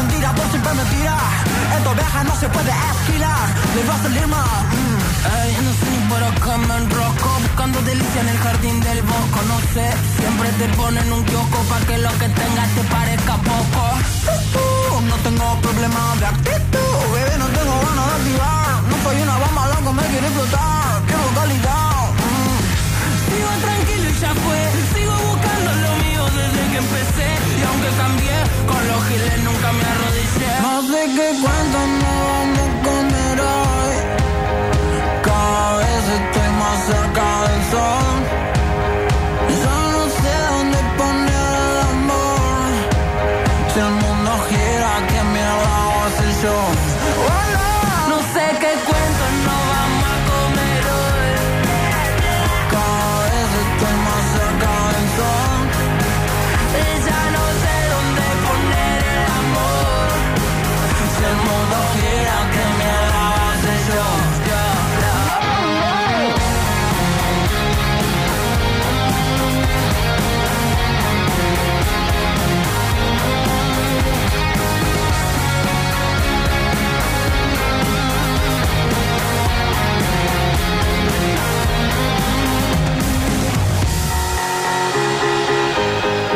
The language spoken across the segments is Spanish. Mm. marketing del vos conoce. Siempre te ponen un kiosco para que lo que tengas te parezca poco. Uh, no tengo problema de actitud, bebé, no tengo ganas de activar. No soy una bomba, loco, me quiere explotar. Quiero calidad. mm. Sigo tranquilo y ya fue. Sigo buscando lo mío desde que empecé. Y aunque cambié, con los giles nunca me arrodillé. No sé qué cuento, no vamos a comer hoy. Cada vez estoy más cerca del sol. Ya no sé dónde poner el amor. Si el mundo gira, ¿qué mierda voy a hacer yo? Oh, no. No sé qué cuento, no vamos a comer hoy. Cada vez estoy más cerca del sol. Y ya no sé dónde poner el amor. Si el mundo gira, ¿qué mierda voy a hacer yo? Yo, yo.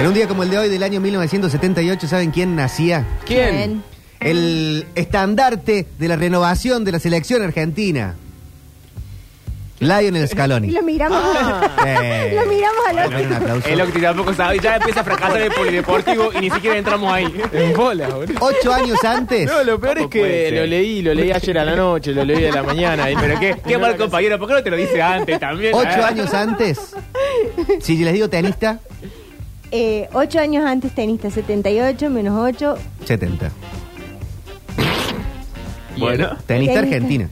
En un día como el de hoy del año 1978, ¿saben quién nacía? ¿Quién? El estandarte de la renovación de la selección argentina. Lionel Scaloni. Lo miramos. Eh. Lo miramos al Bueno, un otro. aplauso. El Octi tampoco sabe, ya empieza a fracasar el polideportivo y ni siquiera entramos ahí. En bola, boludo. Ocho años antes. No, lo peor es que lo leí, lo leí ayer a la noche, lo leí a la mañana. Y Pero qué, qué mal compañero, ¿por qué no te lo dice antes también? Ocho eh? años antes. Si les digo tenista, Eh, ocho años antes tenista, 78 menos 8. 70. Bueno. Tenista Tenista. argentina.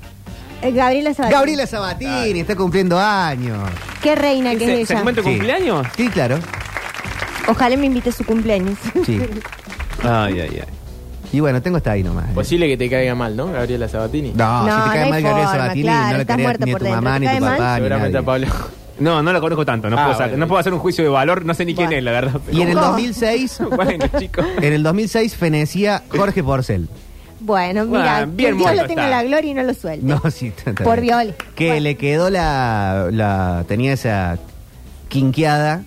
Eh, Gabriela Sabatini. Gabriela Sabatini está cumpliendo años. Qué reina que ¿Se, es se ella. comen tu Sí. cumpleaños? Sí, claro. Ojalá me invite a su cumpleaños. Sí. Ay, ay, ay. Y bueno, tengo hasta ahí nomás. ¿eh? Posible que te caiga mal, ¿no? Gabriela Sabatini. No, No, si te cae no hay mal Gabriela forma, Sabatini, claro, no le estás querés muerta ni a por tu dentro. mamá, ¿Te ni a cae tu mal? papá, ni Seguramente a nadie. Pablo. No, no la conozco tanto, no, Ah, puedo, sa- bueno. no puedo hacer un juicio de valor, no sé ni quién Bueno. es, la verdad. pero- Y en el No. 2006, Bueno, chicos. en el 2006 fenecía Jorge Porcel. Bueno, mira, Bueno, bien que Dios muerto lo tenga está. en la gloria y no lo suelte. No, sí, está- está Por bien. viol. Que Bueno. le quedó la, la. Tenía esa quinqueada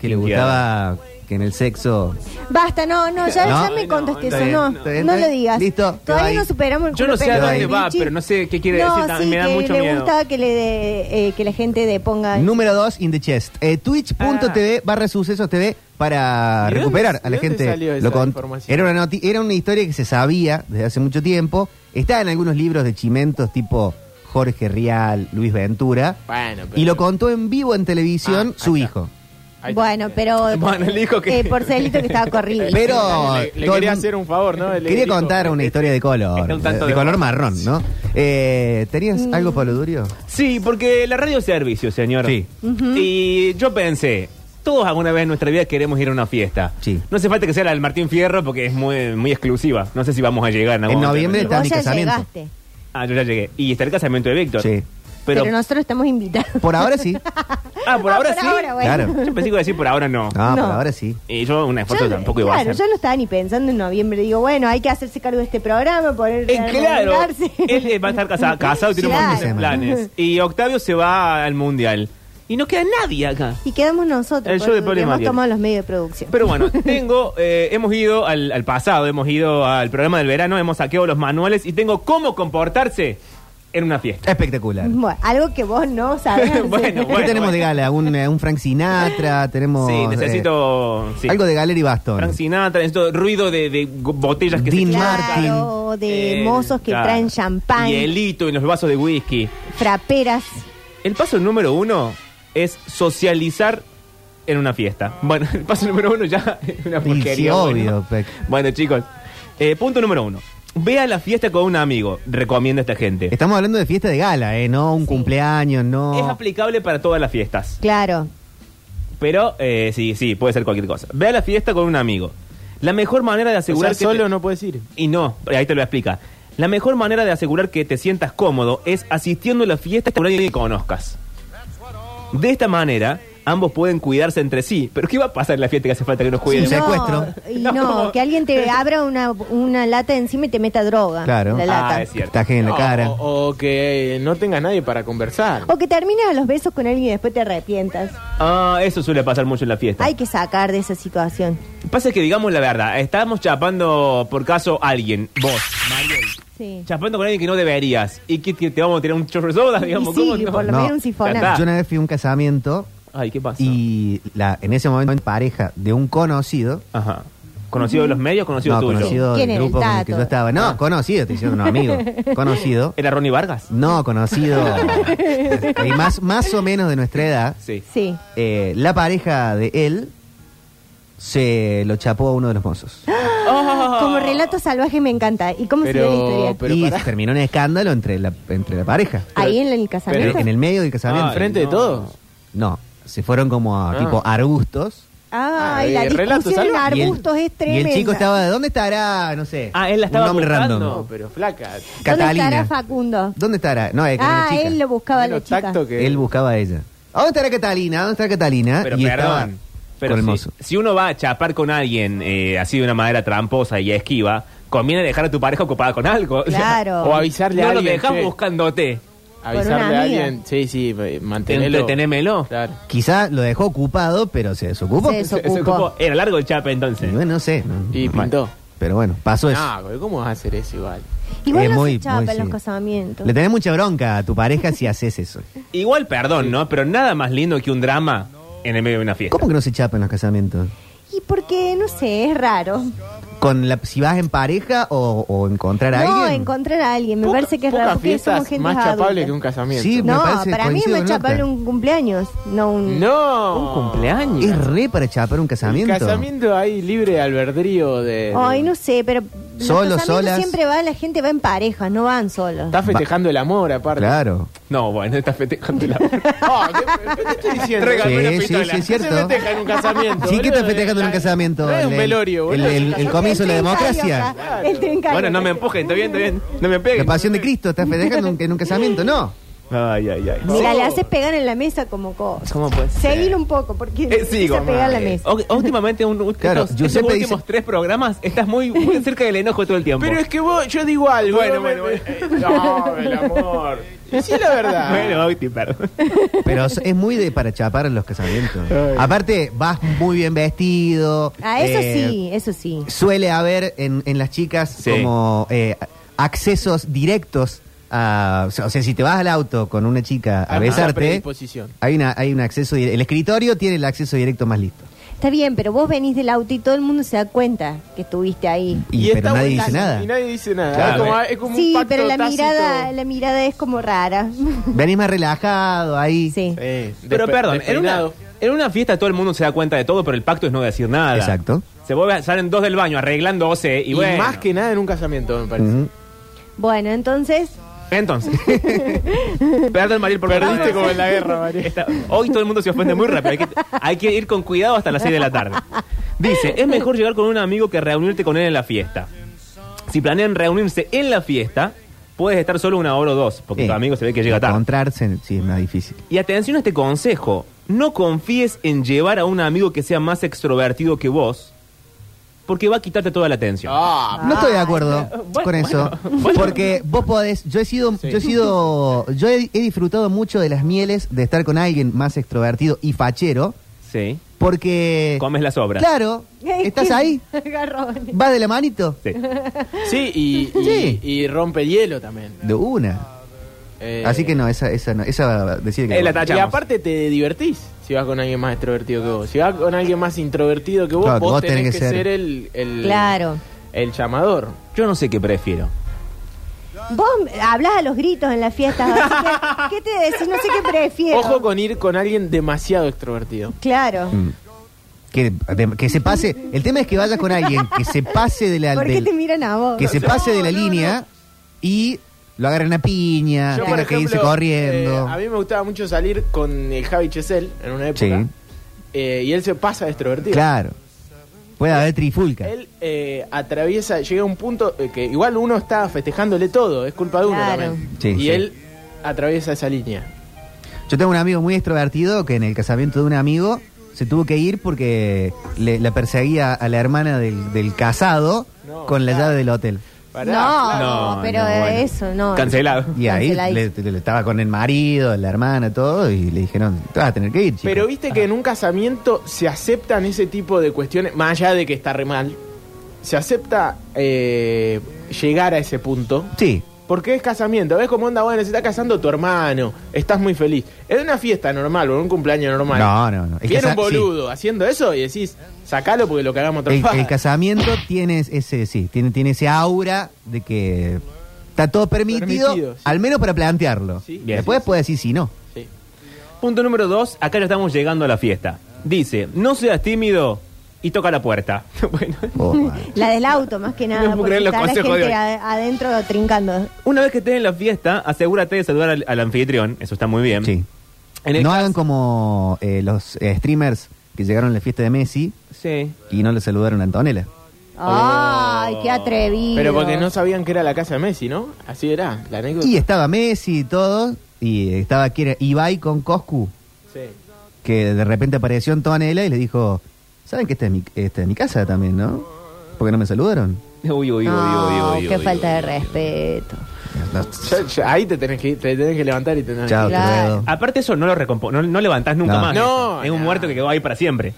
que le Quinqueada. gustaba que en el sexo. Basta, no, no, ya, No. ya me Ay, no, contaste está eso, bien, no, está bien, no está lo bien. digo. Listo, Todavía quedó no ahí. superamos el Yo no sé culo a peludo dónde del va, Vichy. pero no sé qué quiere No, decir, ta- sí, me da que mucho le miedo. gustaba que, le de- eh, que la gente de ponga... Número 2, In the Chest. Eh, Twitch.tv barra sucesos TV para ¿Y Ah. dónde- recuperar a la dónde gente. salió esa lo cont- información? era, una noti- era una historia que se sabía desde hace mucho tiempo. Está en algunos libros de chimentos tipo Jorge Rial, Luis Ventura. Bueno, Ah, pero- Y lo contó en vivo en televisión Ah, ahí su está. hijo. Ahí está. Bueno, pero... Bueno, le dijo que- eh, Porcelito que estaba corrido. Pero Le, le todo el quería mundo- hacer un favor, ¿no? Le Quería dijo- contar una historia de color, Está un de, tanto de de color más. marrón, ¿no? Eh, ¿Tenías algo, Pablo Durio? Sí, porque la radio es servicio, señor. Sí. Y yo pensé, todos alguna vez en nuestra vida queremos ir a una fiesta. Sí. No hace falta que sea la del Martín Fierro porque es muy, muy exclusiva. No sé si vamos a llegar. En noviembre Vos está mi ya casamiento. llegaste, Ah, yo ya llegué. Y está el casamiento de Víctor. Sí. Pero, pero, nosotros estamos invitados. Por ahora sí. Ah, por Ah, ahora por sí. ahora, bueno. Claro. Yo pensé que iba a decir por ahora no. No, No. por ahora Ah, sí. Y yo una foto Yo- tampoco iba a claro, hacer. yo no estaba ni pensando en noviembre. Digo, bueno, hay que hacerse cargo de este programa, poner... Eh, claro, arreglarse. él eh, va a estar casa- casado, tiene un montón de Claro. planes. Y Octavio se va al mundial. Y no queda nadie acá. Y quedamos nosotros. El show de porque Pablo y Hemos Mariel. tomado los medios de producción. Pero bueno, tengo, eh, hemos ido al, al pasado, hemos ido al programa del verano, hemos saqueado los manuales y tengo cómo comportarse en una fiesta. Espectacular. Bueno, algo que vos no sabés. hacer. Bueno, ¿Qué tenemos bueno. de gala? Un, eh, un Frank Sinatra, tenemos... sí, necesito eh, sí. Algo de Galer y Bastón. Frank Sinatra, necesito ruido de, de go- botellas que Dean se Claro, de Eh, mozos que claro. traen champán, Hielito en los vasos de whisky. fraperas. El paso número uno es socializar en una fiesta. Bueno, el paso número uno ya es una Y sí, porquería. obvio, bueno. Peck. Bueno, chicos, eh, punto número uno. Ve a la fiesta con un amigo. Recomienda a esta gente. Estamos hablando de fiesta de gala, ¿eh? No un cumpleaños, Es no... aplicable para todas las fiestas. Claro. Pero eh, sí, sí, puede ser cualquier cosa. Ve a la fiesta con un amigo. La mejor manera de O asegurar sea, que solo te- no puedes ir. Y no, ahí te lo explica. La mejor manera de asegurar que te sientas cómodo es asistiendo a la fiesta con alguien que conozcas. De esta manera, ambos pueden cuidarse entre sí. Pero ¿qué va a pasar en la fiesta que hace falta que nos Sí, cuiden? Un ya- secuestro. No, y no, que alguien te abra una, una lata encima y te meta droga. Claro. La lata. Ah, es cierto. Tajes en la O- cara. O, o que no tengas nadie para conversar. O que termines a los besos con alguien y después te arrepientas. Ah, eso suele pasar mucho en la fiesta. Hay que sacar de esa situación. Pasa que digamos la verdad, estamos chapando por caso a alguien, vos, Sí. chapando con alguien que no deberías. ¿Y que, que te vamos a tirar un chorro de soda, Y digamos? sí, ¿cómo no? por lo No, menos un sifonal. ya está. Yo una vez fui a un casamiento Ay, ¿qué pasa? y la, en ese momento pareja de un conocido. Ajá. ¿Conocido de los medios conocido no, tuyo? Ah. conocido ¿Quién del era el grupo con el que Tato? yo estaba. No, conocido, te diciendo, no, amigo. Conocido. ¿Era Ronnie Vargas? No, conocido. y más, más o menos de nuestra edad. Sí. Sí. Eh, la pareja de él se lo chapó a uno de los mozos. Ah, Oh. Oh. Como relato salvaje me encanta. ¿Y cómo Pero- se dio la historia? pero y pará. terminó un escándalo entre la, entre la pareja. Ahí en el En- casamiento. en el medio del Ah, casamiento. Ay, Frente de no. todos. No, se fueron como a Ah. tipo arbustos. Ay, Ah, la eh, relato discusión en salvaje. Y el- arbustos es Y tremenda. el chico estaba, ¿de dónde estará? No sé. Ah, él la estaba Un nombre buscando. No, random. pero flaca. ¿Dónde Catalina. estará Facundo? ¿Dónde estará? No, es que era Ah, una chica. él lo buscaba a la Menos chica. tacto que- Él buscaba a ella. ¿A ¿Dónde estará Catalina? ¿Dónde estará Catalina? Pero y estaba perdón. Pero con el si- mozo. si, uno va a chapar con alguien eh, así de una manera tramposa y esquiva, conviene dejar a tu pareja ocupada con algo. O sea, Claro. O avisarle no a lo alguien. dejas che. buscándote. Avisarle a amiga. alguien. Sí, sí, eh, mantenerlo. Entretenémelo. Claro. Quizá lo dejó ocupado, pero se desocupó. Se desocupó. Ese cupo Era largo el chape entonces. Y bueno, no sé. no- Y normal. pintó. Pero bueno, pasó eso. No, pero Ah, ¿cómo vas a hacer eso igual? Igual Es no muy- se chapa muy, en los sí. casamientos. Le tenés mucha bronca a tu pareja si haces eso. Igual, perdón, ¿no? Pero nada más lindo que un drama en el medio de una fiesta. ¿Cómo que no se chapa en los casamientos? Y porque, no sé, es raro. Con la, si vas en pareja o, o encontrar a No, alguien. encontrar a alguien. Me Poca- parece que es pocas raro. Porque somos fiestas gente más chapable adulta. que un casamiento. Sí, me No, parece, para mí coincido me con chapable Octa. un cumpleaños, no un... No. Un cumpleaños. Es re para chapar un El casamiento. casamiento hay libre albedrío de. Ay, no sé, pero... los Solos, casamientos solas. Siempre va, la gente va en pareja, no van solos. Está festejando el amor, aparte. Claro. No, bueno, estás festejando la. Ah, ¿qué, qué te estoy diciendo? Sí, Regálame una sí, pistola. sí, es ¿Qué se cierto. festeja en un casamiento? Sí, ¿qué te boludo? festejando en un La- casamiento? No es un El- velorio, el- boludo. el- Es un el comienzo de la El trincario democracia. acá, El trincario. Bueno, no me empujen, está bien, está bien. No me La peguen. pasión de Cristo, estás festejando un- en un casamiento, no. Ay, ay, ay. Mira, le haces pegar en la mesa como cosa. ¿Cómo puede ser? Seguir un poco, porque Eh, empieza sigo, a pegar en la madre. mesa. Ok, últimamente, un, un- Claro, estos, Giuseppe estos últimos dice- tres programas, estás muy, muy cerca del enojo todo el tiempo. Pero es que vos, yo digo algo. Bueno, no me- bueno, bueno. eh, No, el amor. Sí, la verdad. Bueno, Octi, perdón. Pero es es muy de para chapar en los casamientos. Aparte, vas muy bien vestido. Ah, eso eh, sí, eso sí. Suele haber en, en las chicas Sí. como eh, accesos directos a... O sea, si te vas al auto con una chica a Hay mucha Ah, besarte, predisposición. hay, una, hay un acceso... dire- El escritorio tiene el acceso directo más listo. Está bien, pero vos venís del auto y todo el mundo se da cuenta que estuviste ahí. Y, está pero nadie buena- dice nada. Y nadie dice nada. Claro. es como, es como un Sí, pacto pero la tácito. Eh, mirada, la mirada es como rara. Venís más relajado ahí. Sí. Eh, despe- Pero perdón, en una, despeinado. en una fiesta todo el mundo se da cuenta de todo, pero el pacto es no decir nada. Exacto. Se vuelve, a- salen dos del baño arreglándose y, Y bueno. más que nada en un casamiento, me parece. Ujú. Bueno, entonces, Entonces. Perdón, Mariel, por Perdiste como en la guerra, María. Está- hoy todo el mundo se ofende muy rápido. Hay que, hay que ir con cuidado hasta las 6 de la tarde. Dice, es mejor llegar con un amigo que reunirte con él en la fiesta. Si planean reunirse en la fiesta, puedes estar solo una hora o dos, porque Sí. tu amigo se ve que llega tarde. Encontrarse, sí, es más difícil. Y atención a este consejo. No confíes en llevar a un amigo que sea más extrovertido que vos, porque va a quitarte toda la atención. Ah, No estoy de Ah, acuerdo bueno, con eso, bueno, bueno. porque vos podés, yo he sido, yo he sido, yo he, he disfrutado mucho de las mieles de estar con alguien más extrovertido y fachero, Sí. porque Comes las obras. claro, estás ahí, Garrones. vas de la manito, Sí. sí, y, y, Sí. y rompe hielo también. de una. Eh, Así que no, esa, esa, no, esa decir que Eh, la no. tacha. Y Tachamos. aparte te divertís si vas con alguien más extrovertido que vos. Si vas con alguien más introvertido que vos, Claro, vos, tenés, que ser, el, el- Claro. el llamador. Yo no sé qué prefiero. Vos hablas a los gritos en las fiestas, así que, ¿qué te decís? No sé qué prefiero. Ojo con ir con alguien demasiado extrovertido. Claro. Mm. que, de- que se pase, el tema es que vayas con alguien que se pase de la, ¿Por qué del- te miran a vos? que se pase de la línea y lo agarren a piña, Yo, por tenga Ah, que irse ejemplo, corriendo. eh, a mí me gustaba mucho salir con el Javi Chesel en una época. Sí. Eh, y él se pasa de extrovertido. Claro. Puede haber trifulca. Él eh, atraviesa, llega a un punto eh, que igual uno está festejándole todo, es culpa de uno Claro. también. Sí, y sí. él atraviesa esa línea. Yo tengo un amigo muy extrovertido que en el casamiento de un amigo se tuvo que ir porque le- la perseguía a la hermana del, del casado No, con la claro. llave del hotel. Pará, no, claro. No, pero no, eh, bueno. eso no. Cancelado. Y ahí le, Canceladísimo. le- estaba con el marido, la hermana, todo, y le dijeron, te vas a tener que ir, chico". Pero viste que en un casamiento se aceptan ese tipo de cuestiones, más allá de que está re mal, se acepta eh, llegar a ese punto. Sí, Porque es casamiento, ¿ves cómo onda? Bueno, se está casando tu hermano, estás muy feliz. Es una fiesta normal o en un cumpleaños normal. No, no, no. El Viene un casa- sí. boludo haciendo eso y decís, sacalo porque lo cagamos el, trompadas. el casamiento tiene ese, sí, tiene, tiene ese aura de que está todo permitido, Permitido, sí. al menos para plantearlo. Sí. Bien. Después Sí, sí. puede decir sí, no. Sí. Punto número dos, acá ya estamos llegando a la fiesta. Dice, no seas tímido y toca la puerta. bueno. Oh, madre. La del auto, más que nada. puedo porque creer los está la consejos de gente hoy. ad- adentro trincando. Una vez que estés en la fiesta, asegúrate de saludar al, al anfitrión, eso está muy bien. Sí. En el No caso- hagan como eh, los eh, streamers que llegaron a la fiesta de Messi Sí. y no le saludaron a Antonella. Ay, qué atrevido. Pero porque no sabían que era la casa de Messi, ¿no? Así era, la anécdota. Y estaba Messi y todo, y estaba aquí era Ibai con Coscu, Sí. que de repente apareció Antonella y le dijo, ¿saben que esta es mi, esta es mi casa también, no? Porque no me saludaron. Uy, uy, uy, uy, No, Ah, uy, uy, qué uy, falta uy, de uy. respeto. Ya- ya- ahí te tenés, que, ir, te tenés que levantar y tenés Chao, que... Claro. Quevedo. Aparte eso no lo recompo- no, no levantás nunca No. más. No, es un no. muerto que quedó ahí para siempre.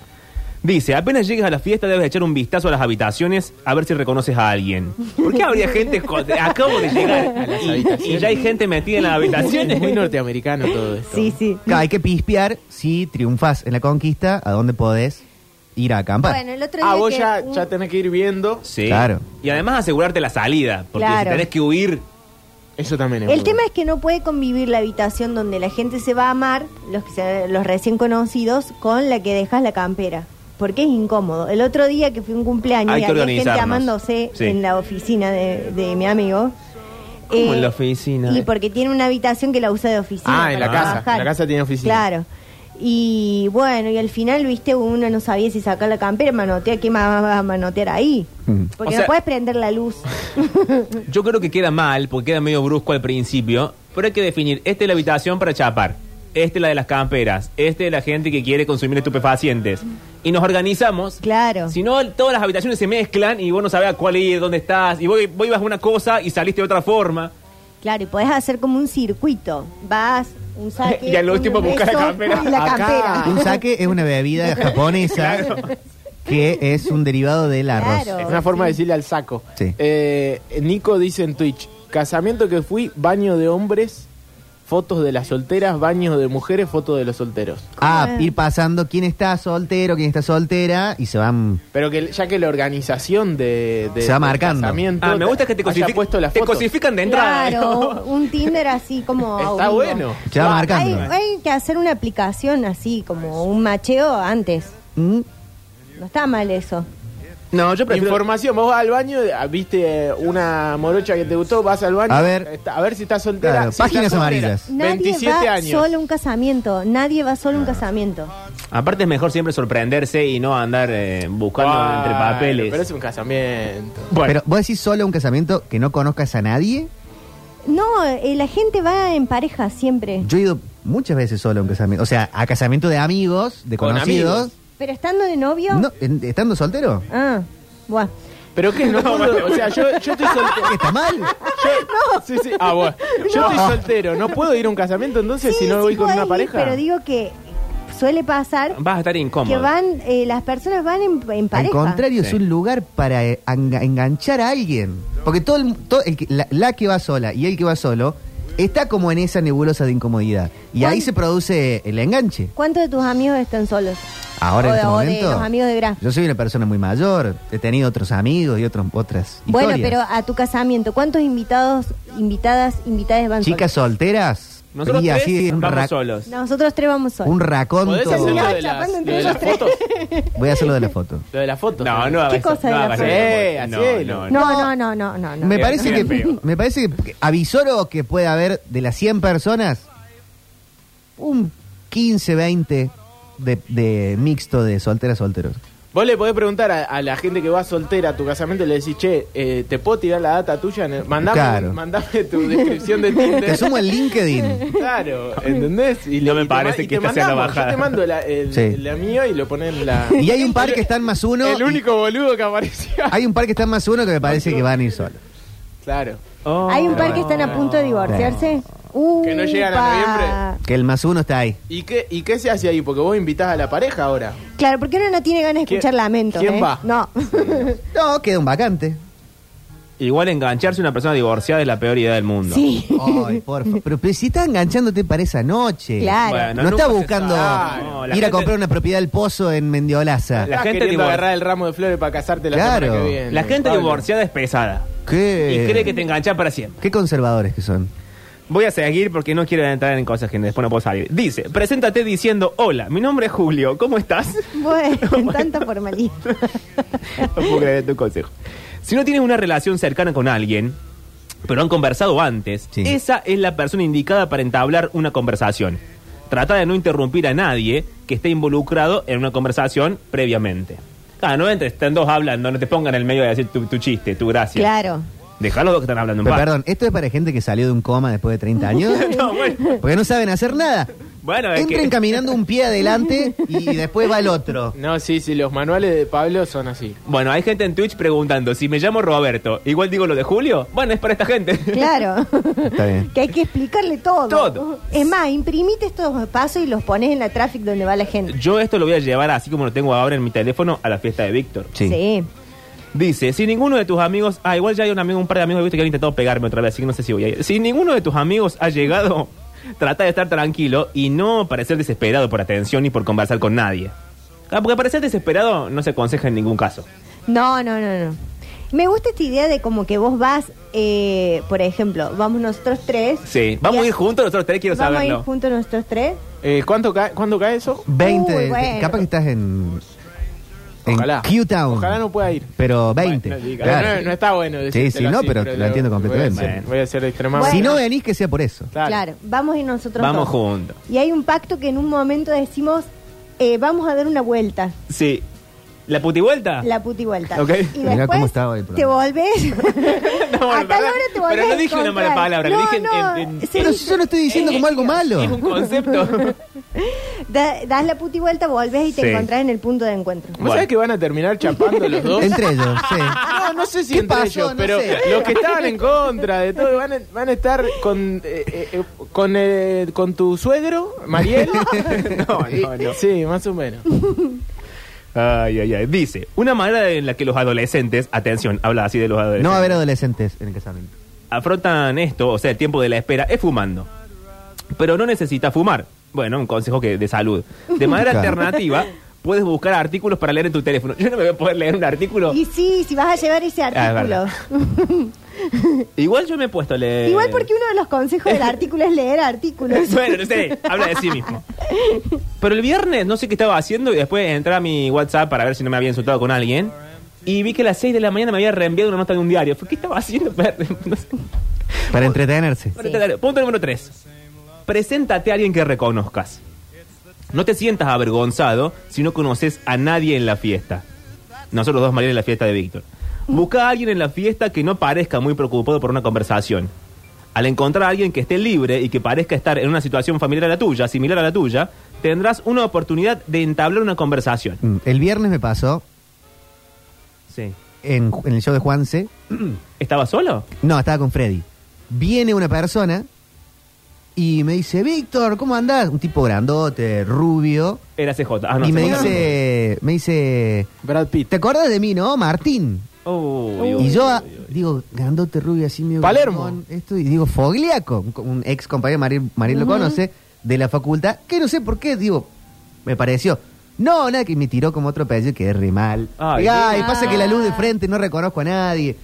Dice, apenas llegues a la fiesta debes echar un vistazo a las habitaciones a ver si reconoces a alguien. ¿Por qué habría gente? co- Acabo de llegar las y, y habitaciones. ya hay gente metida en las Es habitaciones. muy norteamericano todo esto. Sí, sí. Claro, hay que pispear si triunfás en la conquista, a dónde podés ir a acampar. Bueno, el otro día. Ah, vos que ya, un- ya tenés que ir viendo. Sí. Claro. Y además asegurarte la salida, porque Claro. si tenés que huir, Eso también es El muy tema bueno. es que no puede convivir la habitación donde la gente se va a amar, los, que se- los recién conocidos, con la que dejas la campera. Porque es incómodo. El otro día que fui a un cumpleaños Hay y que había gente organizarnos. amándose Sí. en la oficina de, de mi amigo. Eh, ¿Cómo en la oficina? Y porque tiene una habitación que la usa de oficina. Ah, en la para casa. trabajar. En la casa tiene oficina. Claro. Y bueno, y al final, viste, uno no sabía si sacar la campera, manotea, ¿qué más vas a manotear ahí? Mm. Porque O sea- no puedes prender la luz. yo creo que queda mal, porque queda medio brusco al principio, pero hay que definir, esta es la habitación para chapar, esta es la de las camperas, esta es la gente que quiere consumir estupefacientes. Y nos organizamos. Claro. Si no, todas las habitaciones se mezclan y vos no sabés a cuál ir, dónde estás, y vos, vos ibas a una cosa y saliste de otra forma. Claro, y podés hacer como un circuito. Vas, un saque. Y al último un buscar la beso campera. y la Acá. campera. Un sake es una bebida japonesa que es un derivado del arroz. Claro. Es una forma de decirle al saco. Sí. Eh, Nico dice en Twitch, casamiento que fui, baño de hombres, fotos de las solteras, baño de mujeres, fotos de los solteros. Ah, ir pasando quién está soltero, quién está soltera y se van. Pero que ya que la organización de, de- Se va del marcando. casamiento Ah, me gusta que te, haya cosific- puesto la te foto. cosifican de entrada. Claro, un Tinder así como. Está vivo. bueno. Se va Ah, Hay, marcando. hay que hacer una aplicación así, como un macheo antes. Mm, No está mal eso. No, yo prefiero... Información, vos vas al baño, viste eh, una morocha que te gustó, vas al baño, A ver. está- a ver si estás soltera. Claro, si estás páginas soltera, amarillas. Nadie 27 va años. solo a un casamiento. Nadie va solo a un casamiento. Aparte es mejor siempre sorprenderse y no andar eh, buscando Bueno, entre papeles. Pero es un casamiento. Pero vos decís solo un casamiento que no conozcas a nadie. No, eh, la gente va en pareja siempre. Yo he ido muchas veces solo a un casamiento. O sea, a casamiento de amigos, de Con conocidos. Pero estando de novio. No, en- ¿Estando soltero? Ah, bueno. Pero que no, puedo, o sea, yo, yo estoy soltero. ¿Está mal? Yo- sí, sí. Ah, bueno. Yo estoy soltero. ¿No puedo ir a un casamiento entonces si Sí, no sí voy con podés una ir, pareja? Pero digo que suele pasar Vas a estar incómodo. que van, eh, las personas van en, en Al pareja. contrario, es Sí. un lugar para eh, anga- enganchar a alguien. Porque todo el, todo el que- la, la que va sola y el que va solo está como en esa nebulosa de incomodidad. Y ahí ¿Cuán- se produce el enganche. ¿Cuántos de tus amigos están solos? Ahora o, en este o de momento. los amigos de Graf. Yo soy una persona muy mayor, he tenido otros amigos y otros, otras Bueno, historias. pero a tu casamiento, ¿cuántos invitados, invitadas, invitadas van Chicas solteras, Nosotros frías, tres así, un, vamos ra- solos. solas? Nosotros tres vamos solos. un raconto. ¿Podés hacer lo de las, Chapando entre lo de las ellos fotos? Voy a hacerlo de la foto. Lo de las fotos. No, no hagas ¿Qué eso, cosa no de la hagas fe? eso. Sí, Eh, No, hacelo. no, no, no, no. no. Me Bien, parece, bien que, feo. me parece que avisoro que puede haber de las 100 personas un 15, 20 de, de mixto de solteras, solteros. Vos le podés preguntar a, a la gente que va soltera a tu casamiento y le decís, che, eh, ¿te puedo tirar la data tuya? En el- Mandame, Claro. mandame tu descripción de Tinder. Te sumo el LinkedIn. Claro, ¿entendés? Y le- No me y te parece ma- y que te esta sea la mandamos, bajada. Yo te mando la, el, Sí. la mía y lo ponen en la... Y hay un par que están más uno. el y- único boludo que aparecía. Hay un par que están más uno que me parece que van a ir solos. Claro. Oh. Hay un par que están a punto de divorciarse. Que no llegan a noviembre. Que el más uno está ahí. ¿Y qué, ¿Y qué se hace ahí? Porque vos invitás a la pareja ahora. Claro, porque uno no tiene ganas de ¿Quién- escuchar lamentos. quién ¿eh? va? No. No, queda un vacante. Igual engancharse a una persona divorciada es la peor idea del mundo. sí. Ay, por favor. Pero, pero si está enganchándote para esa noche. Claro. no nunca está se buscando sabe. No, la ir a gente- comprar una propiedad del pozo en Mendiolaza. La La gente gente queriendo divor- agarrar el ramo de flores para casarte la Claro. semana que viene. La gente Pablo. divorciada es pesada. ¿Qué? Y cree que te enganchas para siempre. Qué conservadores que son. Voy a seguir porque no quiero entrar en cosas que después no puedo salir. Dice, preséntate diciendo, hola, mi nombre es Julio, ¿cómo estás? Bueno, tanta formalidad. no puedo creer tu consejo. Si no tienes una relación cercana con alguien, pero han conversado antes, Sí. esa es la persona indicada para entablar una conversación. Trata de no interrumpir a nadie que esté involucrado en una conversación previamente. Claro, no entres, están dos hablando, no te pongan en el medio de decir tu, tu chiste, tu gracia. Claro. Dejá a los dos que están hablando en Pero, paz. perdón, ¿esto es para gente que salió de un coma después de 30 años? No, bueno. Porque no saben hacer nada. Bueno, es Entren que- caminando un pie adelante y después va el otro. No, sí, sí, los manuales de Pablo son así. Bueno, hay gente en Twitch preguntando, si me llamo Roberto, igual digo lo de Julio, bueno, es para esta gente. Claro. Está bien. Que hay que explicarle todo. Todo. Es más, imprimite estos pasos y los pones en la traffic donde va la gente. Yo esto lo voy a llevar así como lo tengo ahora en mi teléfono a la fiesta de Víctor. Sí. Dice, si ninguno de tus amigos, ah, igual ya hay un amigo, un par de amigos de Víctor que han intentado pegarme otra vez, así que no sé si voy a ir. Si ninguno de tus amigos ha llegado, trata de estar tranquilo y no parecer desesperado por atención ni por conversar con nadie. Ah, porque parecer desesperado no se aconseja en ningún caso. No, no, no, no. Me gusta esta idea de como que vos vas, eh, por ejemplo, vamos nosotros tres. Sí, vamos Y a ir juntos nosotros tres, quiero Vamos a ir saberlo. juntos nosotros tres. Eh, ¿cuánto cae, ¿Cuándo cae eso? 20 Uy, de- bueno. Capaz que estás en. En Ojalá. Q-Town. Ojalá no pueda ir. Pero 20. Bueno, no, diga, claro. no, no está bueno. decírtelo sí, no, pero lo entiendo voy a completamente. ser- Voy a ser extremadamente. Si no venís, que sea por eso. Claro. Claro, vamos a ir nosotros Vamos dos. juntos. Y hay un pacto que en un momento decimos, eh, vamos a dar una vuelta, Sí. ¿La putivuelta? la puti vuelta. Ok. Y Mirá después cómo estaba el te programa. volvés. No, a bueno, tal perdón, hora te volvés pero no dije a una mala encontrar. palabra, lo No, dije en- no, en- en- se Pero dice, si yo lo estoy diciendo como algo Es un malo. concepto. da- das la puti vuelta, volvés y te Sí. encontrás en el punto de encuentro. ¿Vos sabés que van a terminar chapando los dos? Entre ellos, sí. Ah, No, no sé si ¿Qué entre pasó? ellos, No pero sé. los que estaban en contra de todo van a, van a estar con eh, eh, eh, con, eh, con tu suegro, Mariel. No, no, no. Sí, más o menos. Ay, ay, ay. Dice, una manera en la que los adolescentes, atención, habla así de los adolescentes. No va a haber adolescentes en el casamiento. afrontan esto, o sea, el tiempo de la espera, es fumando. Pero no necesitas fumar. Bueno, un consejo que de salud. De manera Claro. alternativa, puedes buscar artículos para leer en tu teléfono. Yo no me voy a poder leer un artículo. Y sí, si vas a llevar ese Ah, es artículo. verdad. Igual yo me he puesto a leer. Igual porque uno de los consejos del artículo es leer artículos. Bueno, no sé, habla de sí mismo. Pero el viernes no sé qué estaba haciendo y después entré a mi WhatsApp para ver si no me había insultado con alguien. Y vi que a las 6 de la mañana me había reenviado una nota de un diario. Fue, ¿Qué estaba haciendo? No sé. Para entretenerse. Bueno, te daré. Punto número 3. Preséntate a alguien que reconozcas. No te sientas avergonzado si no conoces a nadie en la fiesta. Nosotros dos, María, en la fiesta de Víctor. Busca a alguien en la fiesta que no parezca muy preocupado por una conversación. Al encontrar a alguien que esté libre y que parezca estar en una situación familiar a la tuya, similar a la tuya, tendrás una oportunidad de entablar una conversación. Mm, El viernes me pasó Sí. en, en el show de Juanse. ¿Estaba solo? No, estaba con Freddy. Viene una persona y me dice, Víctor, ¿cómo andás? Un tipo grandote, rubio. Era CJ. Ah, no, y me CJ no. dice, me dice, Brad Pitt. ¿te acordás de mí, no? Martín. Uy, uy, Y yo uy, ah, uy, uy. digo, grandote rubio así medio Palermo. gritón, Esto, y digo, Fogliaco, un, co- un ex compañero, Mariel, Mariel lo conoce, de la facultad, que no sé por qué, digo, me pareció. No, nada, que me tiró como otro apellido, quedé re mal. Ay, Digo, Ay, ah. pasa que la luz de frente, no reconozco a nadie.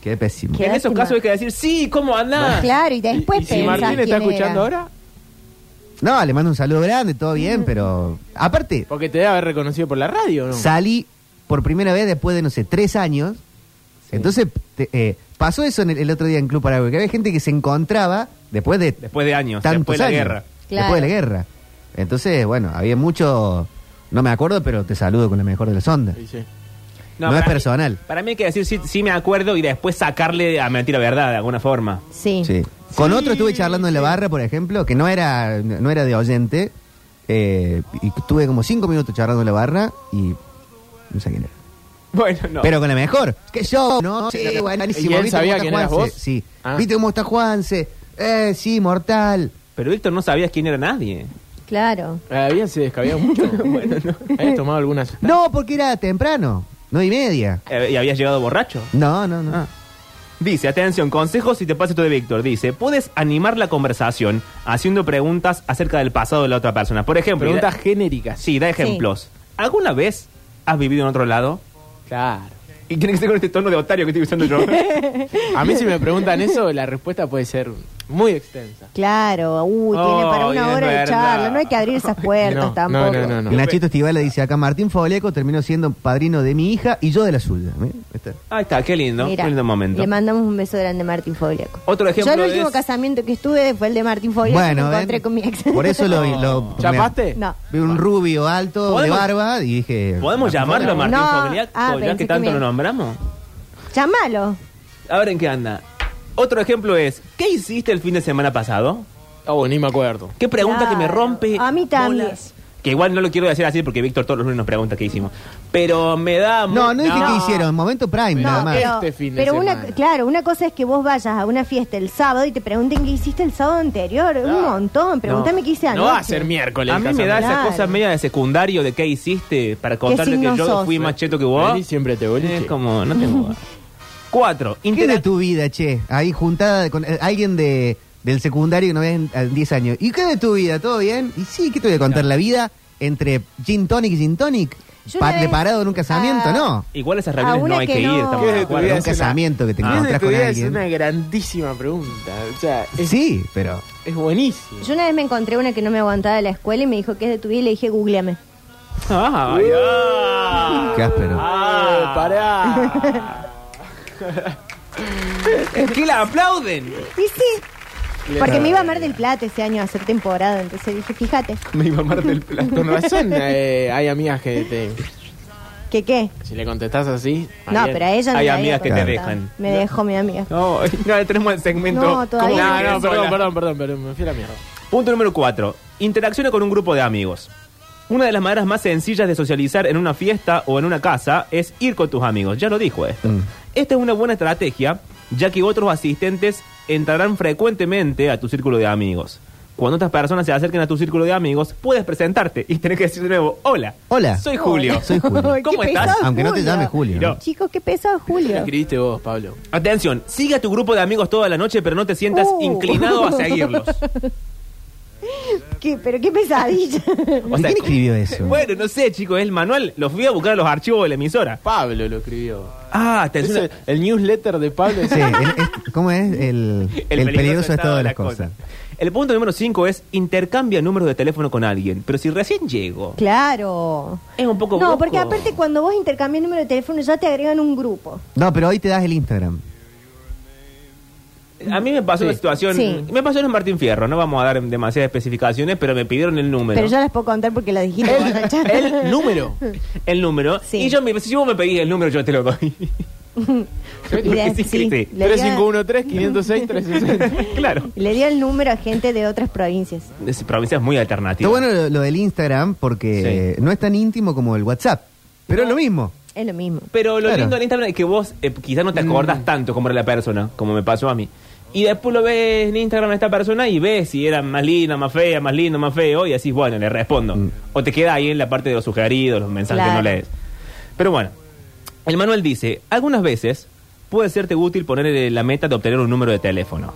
Qué pésimo. Qué En esos lástima. casos hay que decir, sí, ¿cómo andás? Claro, y después ¿Y si pensás Martín está quién era. escuchando ahora? No, le mando un saludo grande, todo bien, pero aparte, Porque te debe haber reconocido por la radio, ¿no? salí por primera vez después de, no sé, tres años. Entonces, te- eh, pasó eso en el, el otro día en Club Paraguay, que había gente que se encontraba después de Después de años, tantos después de la años, guerra. Claro. Después de la guerra. Entonces, bueno, había mucho No me acuerdo, pero te saludo con la mejor de las ondas. Sí, sí. No, es para mí- personal. para mí hay que decir sí, sí me acuerdo y después sacarle a mentir la verdad de alguna forma. Sí. Sí. Con otro estuve charlando en la barra, por ejemplo, que no era, no era de oyente. eh, y tuve como cinco minutos charlando en la barra y no sé quién era. Bueno, no. Pero con la mejor. Que yo, ¿no? Sí, buenísimo. ¿Y él ¿Viste sabía cómo está quién eras Juanse? vos? Sí. Ah. ¿Viste cómo está Juanse? Eh, sí, mortal. Pero Víctor no sabías quién era nadie. Claro. eh, Habían se descabellado mucho. bueno, no. Habías tomado algunas. ah, No, porque era temprano. No y media. Eh, y habías llegado borracho. No, no, no. Ah. Dice, atención, consejos y te paso esto de Víctor. Dice, puedes animar la conversación haciendo preguntas acerca del pasado de la otra persona. Por ejemplo, Preguntas da- genéricas. sí, da ejemplos. ¿Alguna vez has vivido en otro lado? Claro. Y tiene que ser con este tono de otario que estoy usando yo. A mí si me preguntan eso, la respuesta puede ser muy extensa. Claro, uy, tiene para Ay, una es hora de Oh, verdad. charla, no hay que abrir esas puertas No, no, tampoco. no, no, no. Nachito Estival le dice acá, Martín Foleco terminó siendo padrino de mi hija y yo de la suya. ¿eh? Este. ¿Ve? Ahí está. Ahí está, qué lindo. Mira, qué lindo momento. Le mandamos un beso grande a Martín Fogliaco. Otro ejemplo Yo el último es- casamiento que estuve fue el de Martín Fogliaco. Bueno, me encontré ¿ven? con mi ex. por eso lo, lo ¿Chapaste? No. Vi un rubio alto de ¿Podemos- barba y dije. ¿Podemos llamarlo a Martín No. Fogliac? Ah, Fogliac, pensé que que tanto me- lo nombramos? Llámalo. A ver en qué anda. Otro ejemplo es, ¿qué hiciste el fin de semana pasado? Oh, ni me acuerdo. ¿Qué pregunta que me Claro. rompe? A mí también. bolas? Que igual no lo quiero decir así porque Víctor todos los lunes nos pregunta qué hicimos. Pero me da... mu- No, no dije No. que hicieron, momento prime, No, nada más. pero, Este fin de pero una, semana. claro, una cosa es que vos vayas a una fiesta el sábado y te pregunten qué hiciste el sábado anterior. Un montón. Pregúntame qué hice anoche. No va a ser miércoles. A mí me da Claro. esa cosa media de secundario de qué hiciste para contarte que signo yo sos? fui más cheto que vos. Vení, siempre te boliche. Es como, no tengo... Cuatro, ¿Qué de interac- tu vida, che? Ahí juntada con eh, alguien de, del secundario que no ves en a 10 años. ¿Y qué de tu vida? ¿Todo bien? Y sí, ¿qué te voy a contar? La vida entre gin tonic y gin tonic. Yo Pa- una vez- preparado en un casamiento, Ah. ¿no? Igual esas A reuniones no una hay que, que no. ir, estamos ¿Qué de de tu acuerdo. Para vida un es una- casamiento que te ¿Qué es de encontrás tu con vida? Es alguien. una grandísima pregunta. O sea, es, Sí, pero. es buenísimo. Yo una vez me encontré una que no me aguantaba de la escuela y me dijo que es de tu vida y le dije, googleame. Ay, ah. Qué áspero. Ah. Eh, pará. Es que la aplauden. Y sí, porque me iba a Mar del Plata ese año a hacer temporada, entonces dije, fíjate, me iba a amar del plato. Con razón, eh, hay amigas que te... que qué. Si le contestás así... No, bien. pero a ella no Hay le había amigas que te contestado. dejan. Me dejó mi amiga. No, no, tenemos el segmento. No, todavía ¿Cómo No, que no, perdón, sola? perdón, perdón, perdón, me fui a la mierda. Punto número 4. Interacciona con un grupo de amigos. Una de las maneras más sencillas de socializar en una fiesta o en una casa es ir con tus amigos. Ya lo dijo esto. Mm. Esta es una buena estrategia, ya que otros asistentes entrarán frecuentemente a tu círculo de amigos. Cuando otras personas se acerquen a tu círculo de amigos, puedes presentarte y tenés que decir de nuevo, hola. Hola. Soy Julio. Soy Julio. ¿Cómo Qué estás? pesado, Aunque no te llame Julio. No. Chicos, qué pesado Julio. Escribiste vos, Pablo. Atención, sigue a tu grupo de amigos toda la noche, pero no te sientas Uh. inclinado a seguirlos. Qué- pero qué pesadilla. O sea, ¿Quién escribió eso? Bueno, no sé, chicos, el manual. Los fui a buscar a los archivos de la emisora. Pablo lo escribió. Ah, Es atención. el, el newsletter de Pablo. es- Sí, el- es- ¿cómo es? El, el peligroso estado de las cosas. El punto número 5 es intercambia números de teléfono con alguien. Pero si recién llego, claro. es un poco No, brusco. porque aparte cuando vos intercambias número de teléfono ya te agregan un grupo. No, pero hoy te das el Instagram. A mí me pasó una situación... Sí. Me pasó en Martín Fierro. No vamos a dar demasiadas especificaciones, pero me pidieron el número. Pero yo las puedo contar porque las dijiste. borracha. El número. El número. Sí. Y yo, me, si vos me pedís el número, yo te lo doy. Y de- Sí, sí, sí. le, dio, 3513-506-360. claro. le dio el número a gente de otras provincias. Es, provincia es muy alternativa. Está bueno lo, lo del Instagram porque Sí. eh, no es tan íntimo como el WhatsApp. Pero es lo mismo. Es lo mismo. Pero lo Claro. lindo del Instagram es que vos eh, quizás no te acordás tanto como era la persona, como me pasó a mí. Y después lo ves en Instagram a esta persona y ves si era más linda, más fea, más lindo, más feo, y así, bueno, le respondo. O te queda ahí en la parte de los sugeridos, los mensajes que no Claro. lees. Pero bueno, el manual dice, algunas veces puede serte útil poner eh, la meta de obtener un número de teléfono.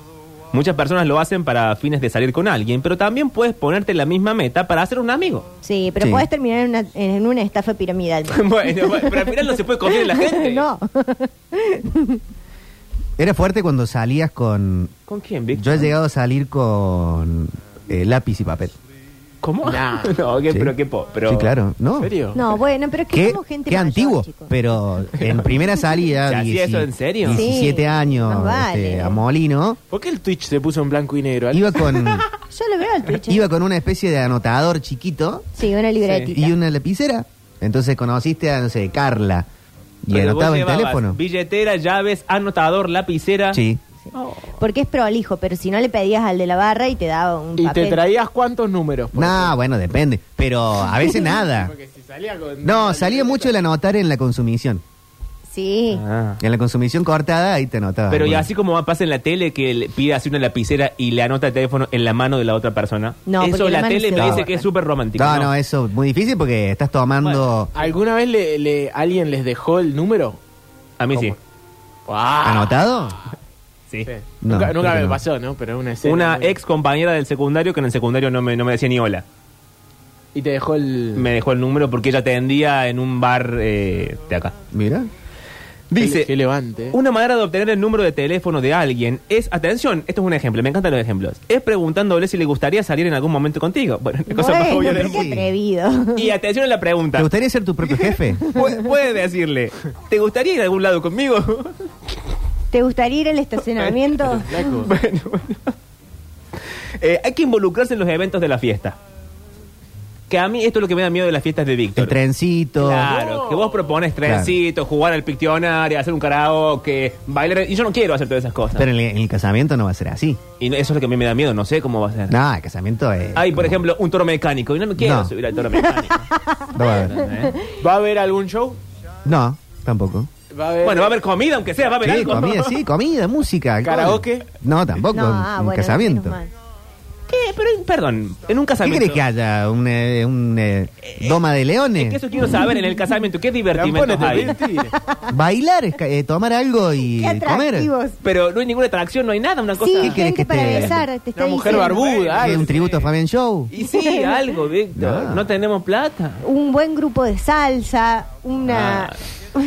Muchas personas lo hacen para fines de salir con alguien, pero también puedes ponerte la misma meta para hacer un amigo. Sí, pero Sí. podés terminar en una, en una estafa piramidal. bueno, bueno, pero al final no se puede confiar en la gente. no. Era fuerte cuando salías con... ¿Con quién, Yo Víctor? he llegado a salir con eh, lápiz y papel. ¿Cómo? Nah. no, que- Sí. pero qué po, pero... Sí, claro. ¿No. ¿En serio? No, bueno, pero es que Qué, somos gente qué mayor, antiguo. chicos. Pero en primera ¿Se salida... hacía eso en serio? 17 Sí, años más vale. ¿eh? este, a Molino. ¿Por qué el Twitch se puso en blanco y negro? Iba con... Yo lo veo al Twitch. ¿eh? Iba con una especie de anotador chiquito Sí, una libretita. y una lapicera. Entonces conociste a, no sé, Carla. Y Pero vos anotaba en llevabas teléfono. Billetera, llaves, anotador, lapicera. Sí. Porque es prolijo, pero si no le pedías al de la barra y te daba un ¿Y papel. te traías cuántos números? por No, bueno, depende. Pero a veces nada. Porque si salía con- No, salía mucho el anotar en la consumición. Sí. Ah. En la consumición cortada, ahí te anotaba. Pero y Ah, Bueno. así como pasa en la tele que le pide así una lapicera y le anota el teléfono en la mano de la otra persona. No, porque Eso la la, mano tele se me borra. dice que es súper romántico. No, no, eso es muy difícil porque estás tomando ¿Alguna vez le, le- alguien les dejó el número? A mí sí. Ah. anotado. Sí. Sí. No, nunca creo nunca que me no. pasó, ¿no? Pero es una escena Una muy- ex compañera del secundario que en el secundario no me, no me decía ni hola. Y te dejó el... Me dejó el número porque ella atendía en un bar eh, de acá. Mira. Dice... Dice, Que levante. Una manera de obtener el número de teléfono de alguien es, atención, esto es un ejemplo, me encantan los ejemplos, es preguntándole si le gustaría salir en algún momento contigo. Bueno, la cosa más Bueno, obvia del pero qué mundo. atrevido. Y atención a la ¿Te pregunta. gustaría ser tu propio jefe? Pu- Puede decirle, ¿te gustaría ir a algún lado conmigo? ¿Te gustaría ir al estacionamiento? Flaco. bueno, bueno. Eh, hay que involucrarse en los eventos de la fiesta. Que a mí esto es lo que me da miedo de las fiestas de El Víctor. trencito. Claro, que vos propones trencito, jugar al piccionario, hacer un karaoke, bailar. Y yo no quiero hacer todas esas cosas. Pero en el, en el casamiento no va a ser así. Y no- eso es lo que a mí me da miedo, no sé cómo va a ser. No, el casamiento es. Hay, por ejemplo, un toro mecánico. Y no me quiero No. subir al toro mecánico. No, va a haber. ¿eh? ¿Va a haber algún show? No, tampoco. Va a haber... Bueno, va a haber comida, aunque sea, va a haber Sí, algo. comida, sí, comida, música. alcohol. ¿Karaoke? No, tampoco. No, un- ah, un bueno, casamiento. menos mal. ¿Qué? Pero, perdón, en un ¿Qué casamiento. crees que haya? ¿Un, eh, un, eh, doma de leones? Que eso quiero saber en el casamiento. ¿Qué divertimento Tampones hay? de tigre. Bailar, es ca- eh, tomar algo y Qué comer. atractivos. Pero no hay ninguna atracción, no hay nada, una cosa. Sí, ¿Qué querés gente que para te- besar. Te está Una mujer diciendo. barbuda. ay, un tributo a Fabian Show. Y sí, algo, Víctor. No. No. tenemos plata. Un buen grupo de salsa, una... Ah.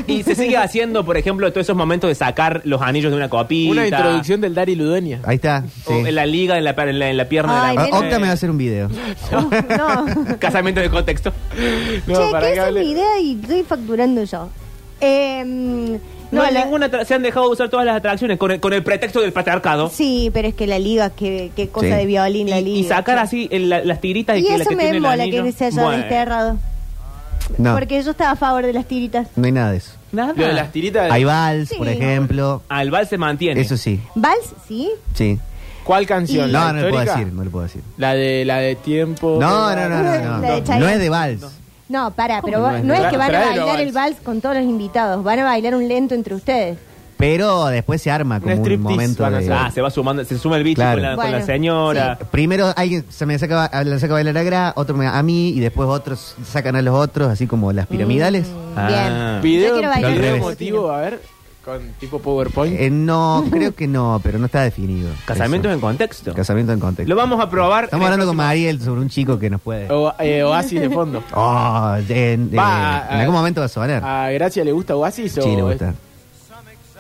Y se sigue haciendo, por ejemplo, todos esos momentos de sacar los anillos de una copita. Una introducción del Dari Ludenia. Ahí está. o Sí. en la liga, en la, en la- en la pierna Ay, de Ah, la menos- Octa me va a hacer un video. no. Casamiento de contexto. No, che, para ¿qué que es hable- mi idea y estoy facturando yo? Eh, mm, No, hay la- ninguna tra- se han dejado de usar todas las atracciones con el, con el pretexto del patriarcado. Sí, pero es que la liga, qué, qué cosa Sí. de violín la Y, liga. y sacar así el- la- las tiritas y, Y que la eso que me tiene el embola anillo. que se haya Bueno, desterrado. No, Porque yo estaba a favor de las tiritas. no hay nada de eso. Nada. Lo de las tiritas... Hay vals, por Sí. ejemplo. Al bal se mantiene. Eso sí, ¿Vals? ¿sí? sí. ¿Cuál canción? No, no le puedo histórica? decir, no le puedo decir. La de, la de tiempo... No, no, no, La no. de No, Chayanne. No es de vals. No, para, pero no vos- es no es vals? que van a Traelo bailar vals. el vals con todos los invitados, van a bailar un lento entre ustedes. Pero después se arma como un striptease momento van a hacer. de... Ah, se va sumando, se suma el bicho Claro. con, la, con Bueno, la señora. Primero alguien se me saca, a- le saca a bailar a Gra, otro me- a mí, y después otros sacan a los otros, así como las piramidales. Ah. Bien. Video, yo quiero al bailar video revés. con emotivo, a ver, con tipo PowerPoint. Eh, no, creo que no, pero no está definido. Casamiento Eso. en contexto. Casamiento en contexto. Lo vamos a probar. Estamos en el hablando con próximo- Oh. Mariel sobre un chico que nos puede... O, eh, Oasis de fondo. Oh, en, Va, eh, a- en algún momento va a sonar. ah, ¿A Gracia le gusta Oasis o sí, le gusta.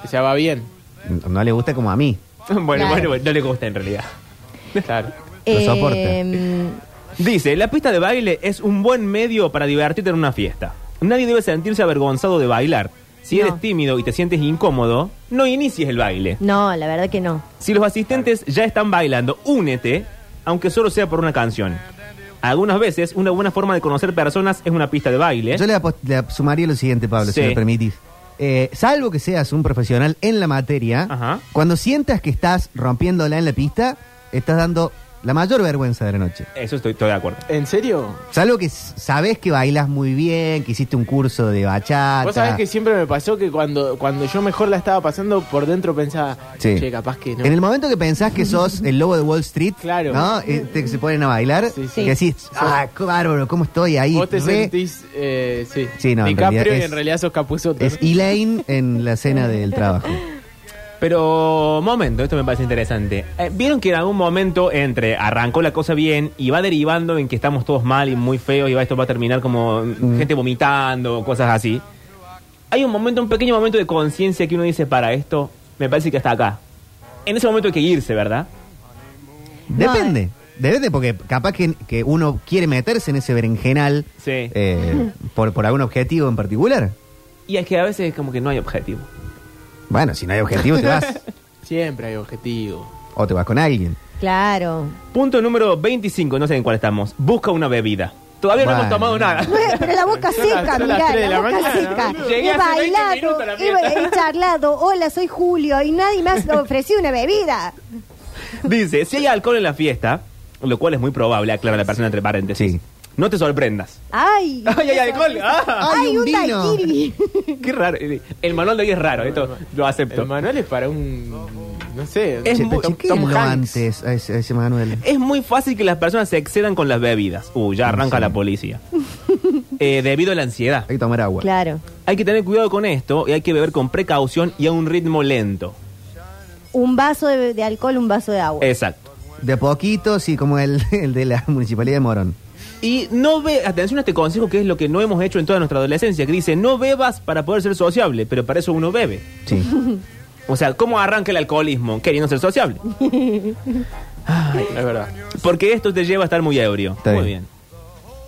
o sea, va bien? No, no le gusta como a mí. eh, Bueno, Claro. bueno, bueno, no le gusta en realidad. Claro. Lo Eh, soporta. Dice, la pista de baile es un buen medio para divertirte en una fiesta. Nadie debe sentirse avergonzado de bailar. Si No. eres tímido y te sientes incómodo, no inicies el baile. No, la verdad que no. Si los asistentes ya están bailando, únete, aunque solo sea por una canción. Algunas veces, una buena forma de conocer personas es una pista de ¿Eh? baile. Yo le, apost- le sumaría lo siguiente, Pablo, si Sí. me permitís. Eh, salvo que seas un profesional en la materia, Ajá. cuando sientas que estás rompiéndola en la pista, estás dando la mayor vergüenza de la noche. Eso estoy, estoy de acuerdo. ¿En serio? Salvo que s- sabes que bailas muy bien, que hiciste un curso de bachata. Vos sabés que siempre me pasó que cuando, cuando yo mejor la estaba pasando, por dentro pensaba, Sí. che, capaz que no. En el momento que pensás que sos el lobo de Wall Street, Claro. ¿no? Eh, te- se ponen a bailar, Sí, sí. que decís, ah, qué bárbaro, ¿cómo estoy ahí? Vos te Re- sentís, eh, sí, Sí, no, en DiCaprio realidad y es- en realidad sos Capuzotto. Es Elaine en la cena del trabajo. Pero, momento, esto me parece interesante. Eh, Vieron que en algún momento entre arrancó la cosa bien y va derivando en que estamos todos mal y muy feos y va, esto va a terminar como mm, gente vomitando, cosas así. Hay un momento, un pequeño momento de conciencia que uno dice, para esto, me parece que hasta acá. En ese momento hay que irse, ¿verdad? Depende. Depende, porque capaz que, que uno quiere meterse en ese berenjenal Sí. eh, por, por algún objetivo en particular. Y es que a veces como que no hay objetivo. Bueno, si no hay objetivo, te vas. Siempre hay objetivo. O te vas con alguien. Claro. Punto número 25, no sé en cuál estamos. Busca una bebida. Todavía no Bueno. hemos tomado nada. Bueno, Pero la boca Son las- seca, son las mirá, tres la, de la boca mañana, seca. boludo. Llegué he hace 20 bailado, minutos a la he, fiesta. he charlado, hola, soy Julio, y nadie más me ha ofrecido una bebida. Dice, si hay alcohol en la fiesta, lo cual es muy probable, aclara la persona entre paréntesis. Sí. No te sorprendas. Ay, ¡Ay, hay alcohol! ¡Ah! Ay, Ay, un un vino. daiquiri. Qué raro. El manual de hoy es raro, esto lo acepto. El manual es para un. No sé. Es Che, muy- pero Tom- chequéenlo Tom Hanks. antes a ese, a ese Manuel. Es muy fácil que las personas se excedan con las bebidas. Uh, ya arranca la policía. Eh, debido a la ansiedad. Hay que tomar agua. Claro. Hay que tener cuidado con esto y hay que beber con precaución y a un ritmo lento. Un vaso de, de alcohol, un vaso de agua. Exacto. De a poquito, sí, como el, el de la municipalidad de Morón. Y no ve, atención a este consejo que es lo que no hemos hecho en toda nuestra adolescencia, que dice, no bebas para poder ser sociable, pero para eso uno bebe. Sí. O sea, ¿cómo arranca el alcoholismo? Queriendo ser sociable. Es verdad. Porque esto te lleva a estar muy ebrio. Está muy bien. bien.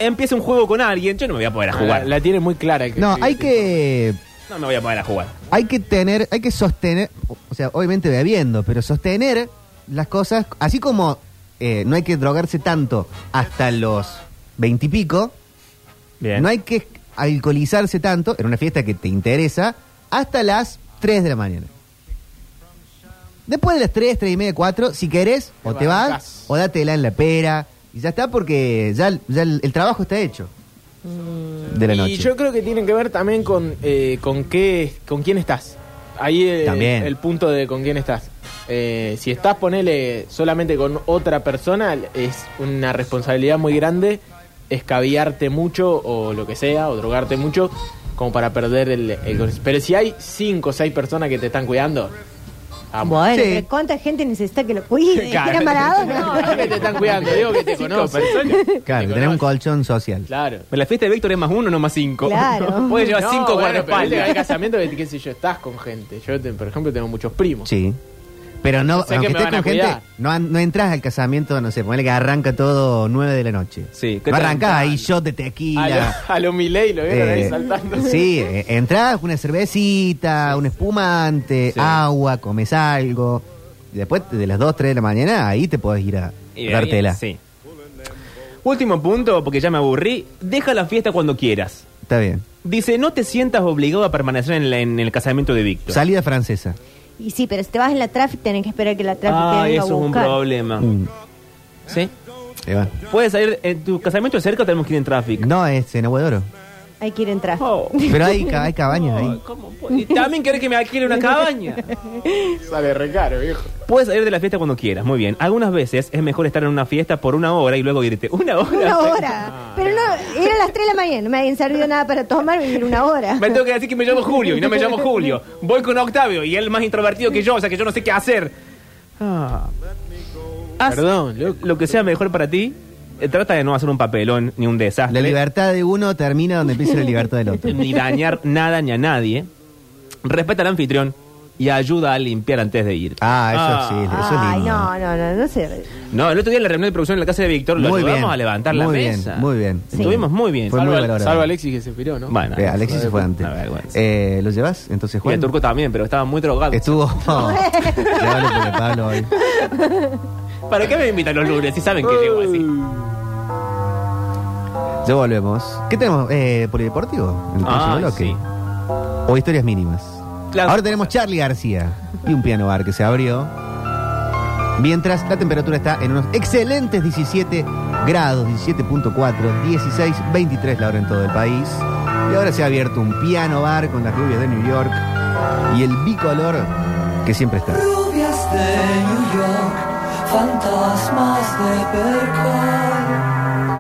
Empieza un juego con alguien, yo no me voy a poder a La, jugar. Ah, la tiene muy clara. el No, sí, hay sí. que. No me voy a poder a jugar. Hay que tener, hay que sostener, o sea, obviamente bebiendo, pero sostener las cosas, así como eh, no hay que drogarse tanto hasta los veintipico, Bien. no hay que alcoholizarse tanto en una fiesta que te interesa hasta las 3 de la mañana. Después de las 3, 3 y media, 4, si querés, Te o te vas, bancás. o dátela en la pera, y ya está porque ya, el- ya el, el trabajo está hecho de la noche. Y yo creo que tiene que ver también con, eh, con qué, con quién estás. Ahí eh, También. el punto de con quién estás. Eh, si estás, ponele solamente con otra persona, es una responsabilidad muy grande escabiarte mucho o lo que sea, o drogarte mucho, como para perder el... Mm. el- pero si hay cinco o seis personas que te están cuidando... vamos. Bueno, Sí. pero ¿cuánta gente necesita que lo cuide? Claro. ¿Quién Maradona? No, no que te están cuidando, digo que te conocen. Claro, Te tener un conocen. colchón social. Claro. En la fiesta de Víctor es más uno, no más cinco. Claro. Puede llevar cinco Hay guardaespaldas. casamiento que, qué sé yo, estás con gente. Yo, te- por ejemplo, tengo muchos primos. Sí. Pero no, Sé que aunque me estés van a con gente, cuidar. no, an- no entras al casamiento, no sé, ponele que arranca todo 9 de la noche. Sí, ¿qué no tal? arrancás ahí shot de A lo, tequila. a lo Milei lo vieron Eh, ahí saltando. Sí, eh, entras una cervecita, un espumante, Sí. agua, comes algo. Y Después de las 2, 3 de la mañana, ahí te podés ir a Y de ahí- dártela. Sí. Último punto, porque ya me aburrí. Deja la fiesta cuando quieras. Está bien. Dice, no te sientas obligado a permanecer en, la- en el casamiento de Víctor. Salida francesa. Y sí, pero si te vas en la traffic, tenés que esperar que la traffic Ah, te venga eso es a un buscar. problema. Mm, ¿Sí? ahí va. ¿Puedes salir? ¿En tu casamiento es cerca o tenemos que ir en tráfico? No, es en Agua de Oro. Hay que ir en traffic. Oh. Pero hay, ca- hay cabañas Ay, ahí. ¿cómo puede? Y también querés que me alquile una cabaña. Sale re caro, viejo. Puedes salir de la fiesta cuando quieras, muy bien. Algunas veces es mejor estar en una fiesta por una hora y luego irte. ¿Una hora? Una hora. Pero no, eran las 3 de la mañana, no me habían servido nada para tomar, me dieron una hora. Me tengo que decir que me llamo Julio y no me llamo Julio. Voy con Octavio y él más introvertido que yo, o sea que yo no sé qué hacer. Ah. Haz Perdón, loco. Lo que sea mejor para ti, eh, trata de no hacer un papelón ni un La desastre. libertad de uno termina donde empieza la libertad del otro. Ni dañar nada ni a nadie. Respeta al anfitrión y ayuda a limpiar antes de ir. Ah, eso sí, eso es Ay, lindo. no, no, no, no sé. No, el otro día en la reunión de producción en la casa de Víctor lo Muy ayudamos bien, a levantar la muy bien, mesa. muy bien. Sí. Estuvimos muy bien. Fue muy Salvo, valorado. salvo Alexis que se piró, ¿no? Bueno, Eh, Alexis se fue antes. Una vergüenza. Eh, ¿Lo llevas? Entonces, Y el Juan. turco también, pero estaba muy drogado. Estuvo. Le hablo porque Pablo hoy. ¿Para qué me invitan los lunes si saben que llego así? Ya volvemos. ¿Qué tenemos? Eh, ¿Polideportivo? ¿En el próximo Ay, bloque? Ah, sí. ¿O historias mínimas? Claro. Ahora tenemos Charlie García y un piano bar que se abrió. Mientras la temperatura está en unos excelentes 17 grados, 17.4, 16, 23 la hora en todo el país. Y ahora se ha abierto un piano bar con las rubias de New York y el bicolor que siempre está. Rubias de New York, fantasmas de percal.